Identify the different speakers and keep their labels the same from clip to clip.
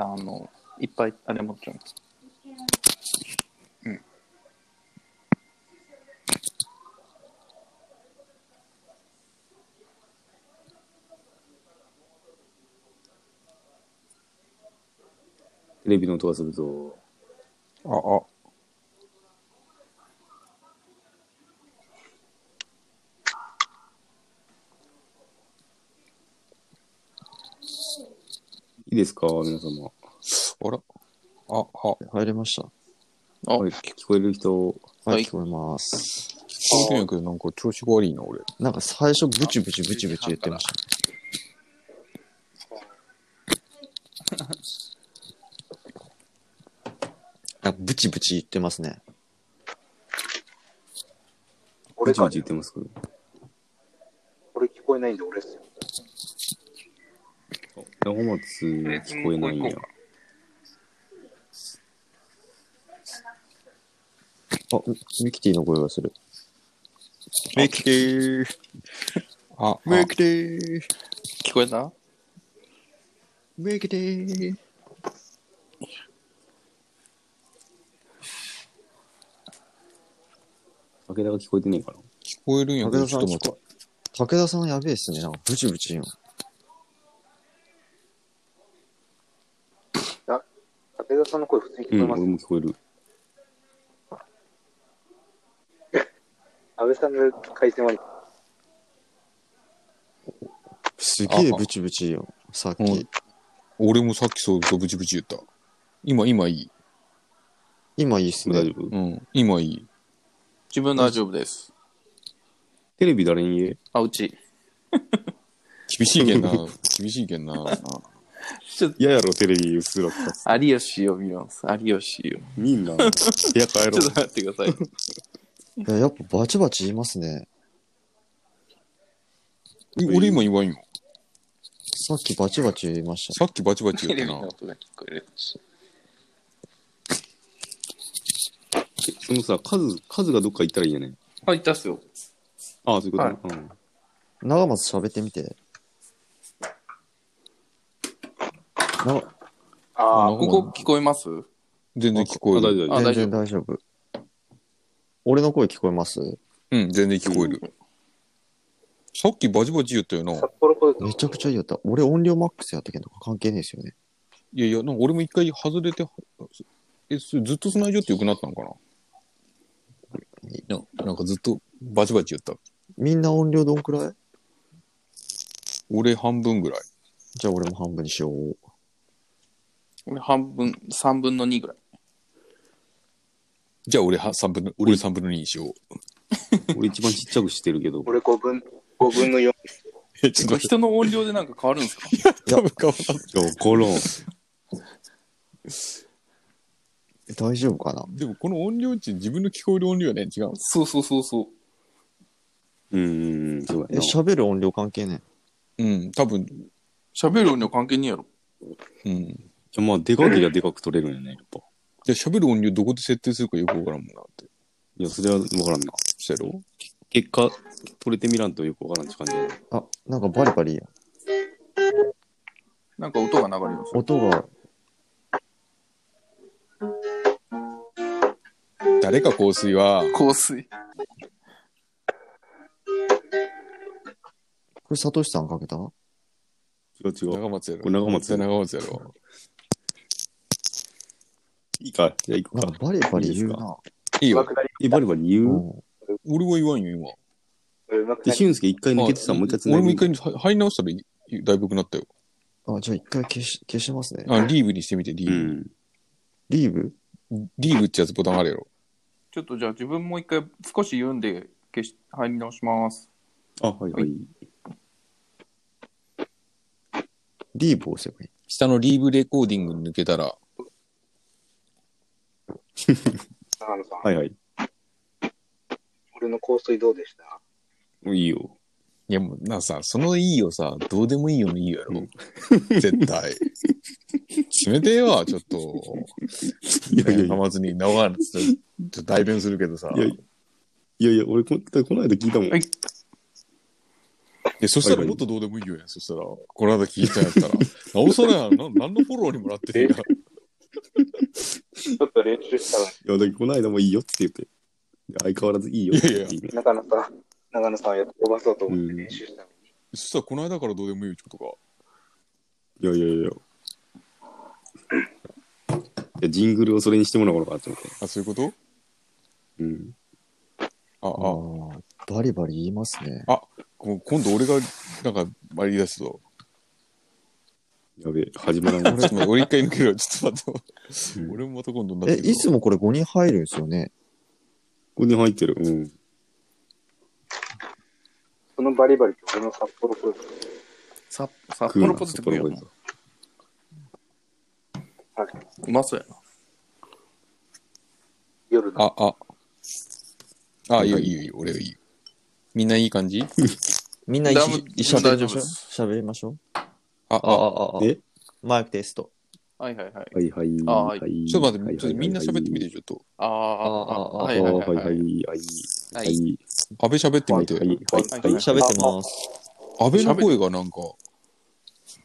Speaker 1: あの、いっぱい、あれ持っちゃう。うん。
Speaker 2: テレビの音がするぞ。
Speaker 3: あ、あ、
Speaker 2: いいですか皆様。
Speaker 3: あら。あ、は。
Speaker 4: 入れました。
Speaker 1: あ
Speaker 2: はい、聞こえる人、
Speaker 1: は
Speaker 4: はいい、聞こえます。
Speaker 3: 聞こえてんやけど、なんか調子が悪いな、俺。
Speaker 4: なんか最初ブチブチブチブチ言ってました ね。あ、ブチブチ言ってますね。
Speaker 2: ブチブチ言ってますけど。
Speaker 5: 俺聞こえないんで俺っすよ。
Speaker 2: 長松、聞こえないんや。
Speaker 4: あ、ミキティの声がする。ミキティ
Speaker 3: あ、あ
Speaker 4: ミキティ
Speaker 1: 聞こえた
Speaker 4: ミキティ
Speaker 2: 武田が聞こえてねえから。
Speaker 3: 聞こえるんや
Speaker 4: 武
Speaker 3: けど、
Speaker 4: 田
Speaker 3: ち
Speaker 4: さ
Speaker 3: ょ
Speaker 4: ん
Speaker 3: っと待って。
Speaker 4: こ武田さんやべえっすね。なんかブチブチ言うの
Speaker 5: 武田さんの声普通に聞こ
Speaker 2: う
Speaker 5: え
Speaker 2: ん、
Speaker 5: ます。
Speaker 2: 俺も聞こえる。
Speaker 5: 安倍さんの回線は
Speaker 4: すげえブチブチ言うのさっき。
Speaker 3: うん俺もさっきそうとブチブチ言った。今、今いい。
Speaker 4: 今いいっす
Speaker 2: 大
Speaker 4: ね。
Speaker 2: 丈夫
Speaker 3: うん、今いい。
Speaker 1: 自分大丈夫です。
Speaker 2: テレビ誰に言え
Speaker 1: あ、うち。
Speaker 3: 厳しいけん な。厳しいけんな。
Speaker 1: ちょっと、
Speaker 2: 嫌やろ、テレビうっすら 使って。
Speaker 1: 有吉を見ます。有吉を。
Speaker 2: みんな、部屋帰 ろ
Speaker 1: ちょっ
Speaker 2: う。
Speaker 1: と待ってく ださい。
Speaker 4: いややっぱバチバチ言いますね。
Speaker 3: え俺今言わんよ。
Speaker 4: さっきバチバチ言いました。
Speaker 3: さっきバチバチ
Speaker 1: テ
Speaker 3: 言っ
Speaker 1: レ
Speaker 3: た
Speaker 1: ビ
Speaker 3: な
Speaker 1: の。音が聞こえる。
Speaker 2: そのさ、数、数がどっか行ったらいいよね。
Speaker 1: あ、いたっすよ。
Speaker 2: ああ、そういうことね、
Speaker 1: は
Speaker 2: うん。
Speaker 4: 長松喋ってみて。な
Speaker 5: あ
Speaker 3: あ
Speaker 1: ここ聞こえます
Speaker 3: 全然聞こえ
Speaker 2: あ大
Speaker 3: る。
Speaker 2: 丈夫、
Speaker 1: あ
Speaker 2: 大丈
Speaker 4: 全然大丈夫。俺の声聞こえます
Speaker 3: うん、全然聞こえる。さっきバチバチ言ったよな。
Speaker 5: 札幌ポテト
Speaker 4: めちゃくちゃいいよった。俺音量マックスやったけど関係ねえですよね。
Speaker 3: いやいや、なんか俺も一回外れて、え、それずっと繋いじゃってよくなったのかなななんかずっとバチバチ言った。
Speaker 4: みんな音量どんくらい
Speaker 3: 俺半分ぐらい。
Speaker 4: じゃあ俺も半分にしよう。
Speaker 1: 俺半分、3分の2ぐらい。
Speaker 3: じゃあ俺は3分の、俺3分の2にしよう。
Speaker 2: 夫。俺一番ちっちゃくしてるけ ど。
Speaker 5: 俺5分、5分の4。
Speaker 3: え、ちょっと待って、
Speaker 1: 人の音量でなんか変わるんですか
Speaker 3: 多分変わらん
Speaker 2: いや、コロン。
Speaker 4: え大丈夫かな
Speaker 3: でもこの音量値、自分の聞こえる音量やね。違う。
Speaker 1: そうそうそうそう。
Speaker 2: うんうん、そう
Speaker 4: え、
Speaker 2: やな。
Speaker 4: 喋る音量関係ね
Speaker 3: うん、多分、
Speaker 1: 喋る音量関係ねえやろ。
Speaker 3: うん。
Speaker 2: じゃあまあ、でかけりゃでかく取れるんやね、やっぱ。
Speaker 3: じゃあ喋る音量どこで設定するかよくわからんもんなって。
Speaker 2: いや、それはわからんな。
Speaker 3: そやろ
Speaker 2: 結果、取れてみらんとよくわからんって感じやな。
Speaker 4: あ、なんかバリバリや。
Speaker 1: なんか音が流れます。
Speaker 4: 音が、
Speaker 3: 誰か香水は、
Speaker 1: 香水。
Speaker 4: これサトシさんかけたあ
Speaker 2: 違う違う。
Speaker 3: 長松やろ。
Speaker 2: これ長松
Speaker 3: 絶対長松やろ。
Speaker 2: いいか。じゃあ行
Speaker 4: なん
Speaker 2: く
Speaker 4: か
Speaker 2: か。
Speaker 4: バリバリ言うな。
Speaker 3: いい
Speaker 5: 上
Speaker 3: よ
Speaker 5: 手。くなり、
Speaker 2: え、バリバリ言
Speaker 4: う
Speaker 2: う、
Speaker 4: ん、
Speaker 3: 俺は言わんよ、今。
Speaker 5: 上手く
Speaker 2: で、
Speaker 5: なり、
Speaker 2: 俊介一回抜けて
Speaker 3: あ
Speaker 2: さ、もう一回繋
Speaker 3: 俺
Speaker 2: い
Speaker 3: も
Speaker 2: で
Speaker 3: 一回は入り直したらいいだいぶ良くなったよ。
Speaker 4: あ、じゃあ一回消し、消しますね。
Speaker 3: あ、リーブにしてみて、リ
Speaker 2: う
Speaker 3: ー
Speaker 2: ん。
Speaker 4: リーブ
Speaker 3: ブ。リーブってやつボタンあるやろ。
Speaker 1: ちょっとじゃあ自分も一回少し言うんで消し入り直します。
Speaker 2: あ、はいはい。
Speaker 4: リーブを押せばいい。
Speaker 3: 下のリーブレコーディングに抜けたら、
Speaker 5: 長野さん。
Speaker 2: はいはい。
Speaker 5: 俺の香水どうでした
Speaker 2: もういいよ。
Speaker 3: いやもう、なんかさ、そのいいよさ、どうでもいいよのいいよやろ。
Speaker 2: う
Speaker 3: 絶対。冷てえわ、ちょっと。
Speaker 2: いやいやいや
Speaker 3: 浜松に長野ってちょっと代弁するけどさ。
Speaker 2: いやいやいや、俺こ、この間聞いたもん。
Speaker 1: はい
Speaker 3: で、そしたらもっとどうでもいいよやん。そしたら、この間聞いたんやったら。なおさらやん。な何のフォローにもらってるやん。
Speaker 5: ちょっと練習したのに、
Speaker 2: いや、だけどこの間もいいよって言って。相変わらずいいよって言って。
Speaker 5: 中野さん、中野さんをやっと飛ばそうと思って
Speaker 2: うん
Speaker 5: 練習したのに。
Speaker 3: そしたら、この間からどうでもいいよってことか。
Speaker 2: いやいやいやいや。いや、ジングルをそれにしてもらおうかなと思って。
Speaker 3: あ、そういうこと
Speaker 2: うん。
Speaker 3: あ、あ、
Speaker 4: あーバリバリ言いますね。
Speaker 3: こ今度俺が、なんか、あり出すぞ。
Speaker 2: やべえ、始まらない。
Speaker 3: ちょっと待って俺一回抜けるよ。ちょっと待って。
Speaker 2: うん
Speaker 3: 俺もまた今度なっ
Speaker 4: え、
Speaker 3: てる
Speaker 4: いつもこれ5人入るんですよね。
Speaker 2: ここに入ってる。うん。
Speaker 5: そのバリバリって俺の札幌プール。
Speaker 1: 札札幌ポジティブや
Speaker 2: 食うな
Speaker 1: な
Speaker 2: 札。
Speaker 1: うまそうやな。
Speaker 5: 夜の。
Speaker 3: あ、あ。あ、いいよ、いいよ、いいよ。俺がいいよ。みんないい感じ
Speaker 4: みんな一
Speaker 1: だ
Speaker 4: 緒
Speaker 1: いぶ
Speaker 4: 一緒に喋りま
Speaker 1: 大丈夫
Speaker 4: しょ
Speaker 1: で
Speaker 4: う。喋りましょう。
Speaker 3: あ、
Speaker 4: ああ
Speaker 3: あ、、
Speaker 4: ああ、
Speaker 2: え
Speaker 4: マイクテスト。
Speaker 1: はいはいはい。
Speaker 2: はいはい。
Speaker 1: あはい
Speaker 2: はい
Speaker 3: ちょっと待って、ちょっとみんな喋ってみて、
Speaker 2: る。
Speaker 3: ちょっと。
Speaker 1: あー
Speaker 4: あーあー
Speaker 1: は
Speaker 2: はいい
Speaker 1: は
Speaker 2: は
Speaker 1: いい
Speaker 2: は。
Speaker 1: はい
Speaker 2: は
Speaker 1: い
Speaker 2: いは
Speaker 1: はいい。
Speaker 2: はい。はい
Speaker 3: 安倍喋ってみて。
Speaker 2: はいはいはい。
Speaker 4: 喋ってます。
Speaker 3: 安倍の声がなんか、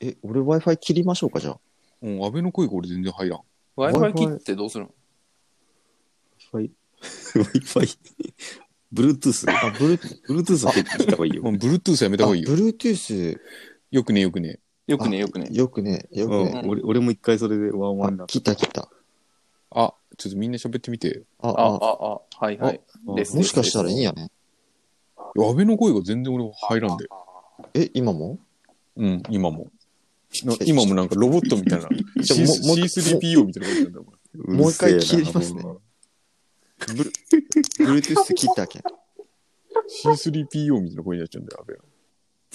Speaker 4: え、俺 Wi-Fi 切りましょうか、じゃあ。
Speaker 3: うん、安倍の声が俺全然入らん。
Speaker 1: Wi-Fi
Speaker 4: Wi-Fi
Speaker 1: 切ってどうするの
Speaker 4: Wi-Fi。
Speaker 2: Wi-Fi。Bluetooth。
Speaker 4: あ、ブル
Speaker 2: Bluetooth 入ってきた方がいいよ
Speaker 3: も。う Bluetooth やめた方がいいよ。
Speaker 4: Bluetooth。
Speaker 3: よくね、よくね。
Speaker 1: よくねよくね。
Speaker 4: よくね、よく
Speaker 2: う
Speaker 4: ね。
Speaker 2: ん、俺俺も一回それでワンワンだ
Speaker 4: あ、切った切った。
Speaker 3: あ、ちょっとみんな喋ってみて。
Speaker 4: あ、
Speaker 1: ああ
Speaker 4: あ、
Speaker 1: あはいはい。です
Speaker 4: もしかしたらいいんやね。
Speaker 3: 安倍の声が全然俺は入らんで。
Speaker 4: え、今も
Speaker 3: うん、今も。な今もなんかロボットみたい な。
Speaker 4: じゃあもうもう
Speaker 3: C3PO みたいな感じなんだよ。
Speaker 4: もう一回切りますね。
Speaker 2: ブル
Speaker 4: Bluetooth 切ったけん。
Speaker 3: C3PO みたいな声になっちゃうんだよ、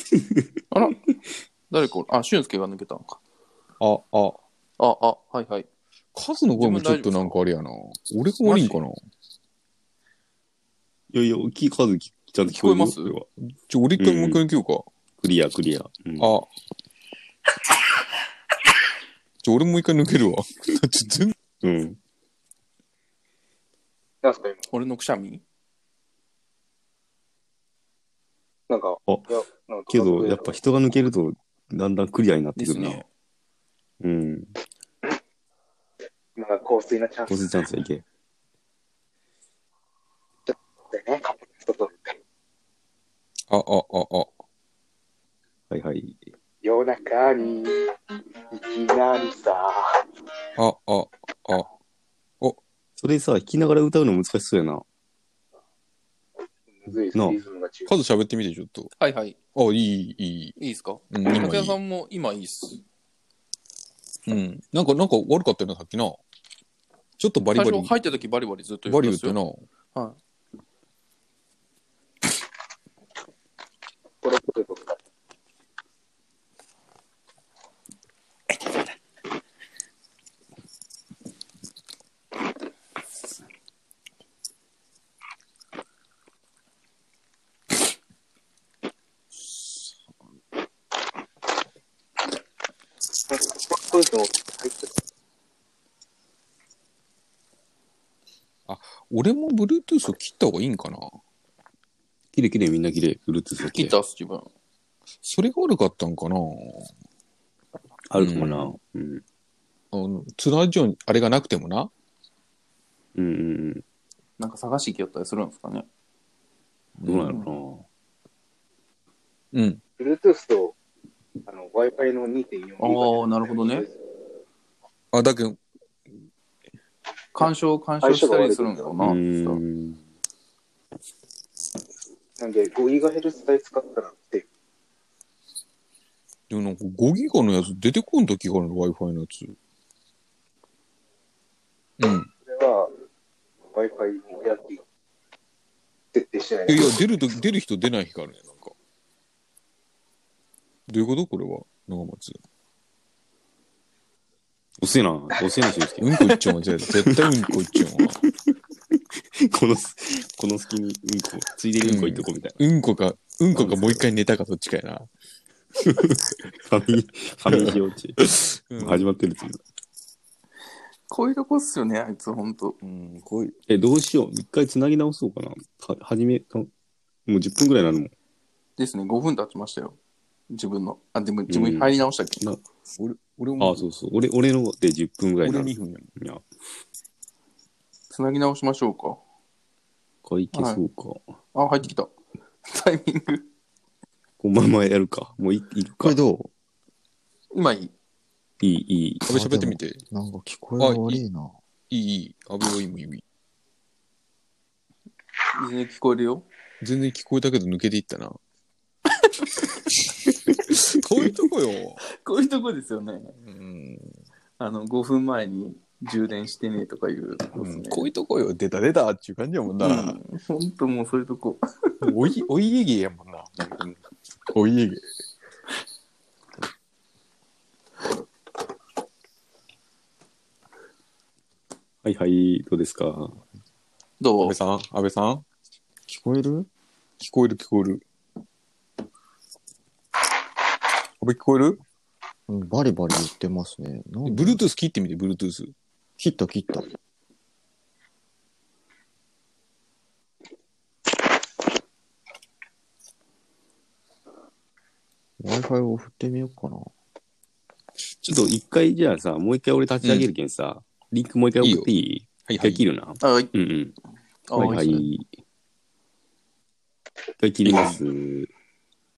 Speaker 3: 安
Speaker 1: あら誰かおるあ、俊介が抜けたのか。
Speaker 3: 倍。あ、あ、
Speaker 1: ああはいはい。
Speaker 3: カズの声もちょっとなんかあれやな。俺が悪いんかな。
Speaker 2: いやいや、大きい数ちゃんと聞こえます
Speaker 1: 聞こえ
Speaker 2: よ
Speaker 3: ちょ、俺一回もう一回抜けようか。
Speaker 2: クリア、クリア。うん
Speaker 3: あ。ちょ、俺もう一回抜けるわ。 ちょ、全然
Speaker 2: うん。
Speaker 5: なんすか今。
Speaker 1: 俺のくしゃみ
Speaker 5: なんか、
Speaker 2: あ
Speaker 5: いや、なんか
Speaker 2: けど、やっぱ人が抜けると、だんだんクリアになって
Speaker 1: で
Speaker 2: く
Speaker 1: す
Speaker 2: るな。
Speaker 1: ね。
Speaker 2: うん。
Speaker 5: なんか香水なチャン
Speaker 2: どう
Speaker 5: ス
Speaker 2: せチャンスはいけ。
Speaker 5: でね、カップルと取って。
Speaker 3: あ、あ、あ、あ。
Speaker 2: はいはい。
Speaker 5: 夜中に、いきなりさ、
Speaker 3: あ、あ、
Speaker 2: それさ、弾きながら歌うの難しそうやな。
Speaker 5: むずいです
Speaker 2: なあ
Speaker 5: リズムが違う。
Speaker 3: カズ喋ってみて、ちょっと。
Speaker 1: はいはい。
Speaker 3: あ、いい、いい。
Speaker 1: いいですか
Speaker 3: うん、今いい
Speaker 1: 竹田さんも今いいっす。
Speaker 3: うん。なんか、なんか悪かったよな、さっきな。ちょっとバリバ
Speaker 1: 最
Speaker 3: リ
Speaker 1: 初。入った時バリバリずっと
Speaker 3: バ
Speaker 1: 言
Speaker 3: リ
Speaker 1: って
Speaker 3: 言ったて
Speaker 1: よ。
Speaker 3: な。
Speaker 1: は
Speaker 5: これこれこれこれでも入ってる
Speaker 3: 俺も Bluetooth を切った方がいいんかな。
Speaker 2: きれいきれいみんなきれい。ブルートゥース
Speaker 1: い。切ったっす、自分。
Speaker 3: それが悪かったんかな。
Speaker 2: あるかもな。うん。
Speaker 3: あの、ツラジオにあれがなくてもな。
Speaker 2: うんうん
Speaker 1: なんか探してきよったりするんですかね。
Speaker 2: うん。どうなんやろ
Speaker 3: うん。
Speaker 5: Bluetooth とあの Wi-Fi の2.4
Speaker 1: あーなるほどね。
Speaker 3: あ、だけど、
Speaker 1: 干渉、干渉したりするんだろう
Speaker 2: な。
Speaker 1: な。
Speaker 2: う
Speaker 1: そしたら
Speaker 2: ん。
Speaker 5: なんで 5GHz 帯使ったらって、
Speaker 3: でもなんか5ギガのやつ出てこんときがあるの、Wi-Fi のやつ。うん。
Speaker 5: それは Wi-Fi をやって設定してない
Speaker 3: いやいや、出るとき、出る人出ない日があるね、なんか。どういうことこれは、長松。
Speaker 2: 遅いな。遅いな、俊介。
Speaker 3: うんこいっちゃうわ、絶対絶対うんこいっちゃうわ。
Speaker 2: この、この隙にうんこ、ついでにうんこいっとこうみたい
Speaker 3: うんこか、うんこかもう一回寝たかどっちかやな。
Speaker 2: な。ファミ、ファミリー落ち。
Speaker 3: うん
Speaker 2: 始まってるっつうの
Speaker 1: こういうとこっすよね、あいつ、ほんと。
Speaker 3: うん、こういう。
Speaker 2: え、どうしよう。一回つなぎ直そうかな。は、はじめ、かもう10分ぐらいなのもん。
Speaker 1: ですね、5分経ちましたよ。自分の。あ、でも自
Speaker 2: う
Speaker 1: 分
Speaker 2: ん
Speaker 1: 入り直したっけ、
Speaker 3: 俺、俺
Speaker 2: あ
Speaker 3: も、
Speaker 2: あ、そうそう。俺、俺ので10分ぐらい
Speaker 3: 俺
Speaker 2: なの。い
Speaker 3: 2分やん。
Speaker 2: や、
Speaker 1: つなぎ直しましょうか。
Speaker 2: 解決そうか。
Speaker 1: あ、入ってきた。 タイミング。
Speaker 2: このままやるか。もういいる
Speaker 4: こ
Speaker 2: か
Speaker 4: れ。どう
Speaker 1: 今いい。
Speaker 2: いい、いい。
Speaker 3: 阿部喋ってみて。
Speaker 4: なんか聞こえが悪いな。
Speaker 3: いい、いい。阿部はいいもいいもいい。
Speaker 1: 全然聞こえるよ。
Speaker 3: 全然聞こえたけど抜けていったな。こういうとこよ。
Speaker 1: こういうとこですよね。
Speaker 3: うん。
Speaker 1: あの、5分前に充電してねとかいうことですね。
Speaker 3: こういうとこよ。出た出たっていう感じやもんな。
Speaker 1: うんほんともうそういうとこ。
Speaker 3: おい、おいえげやもんな。おいえげ。
Speaker 2: はいはい、どうですか。
Speaker 1: どう
Speaker 3: 安倍さん安倍さん
Speaker 4: 聞こえる
Speaker 3: 聞こえる聞こえる。安倍聞こえる
Speaker 4: うん、バリバリ言ってますね。なんで
Speaker 3: ?Bluetooth 切ってみて、Bluetooth。
Speaker 4: 切った切った。Wi-Fi を振ってみようかな。
Speaker 2: ちょっと一回じゃあさ、もう一回俺立ち上げるけんさ、リンクもう一回送っていい
Speaker 3: はい
Speaker 2: 一
Speaker 3: は
Speaker 2: 回
Speaker 3: い。
Speaker 2: 切るな。
Speaker 1: あ、はい。
Speaker 2: うんうん。
Speaker 1: あ
Speaker 2: はいは
Speaker 1: はい
Speaker 2: い。一回切ります。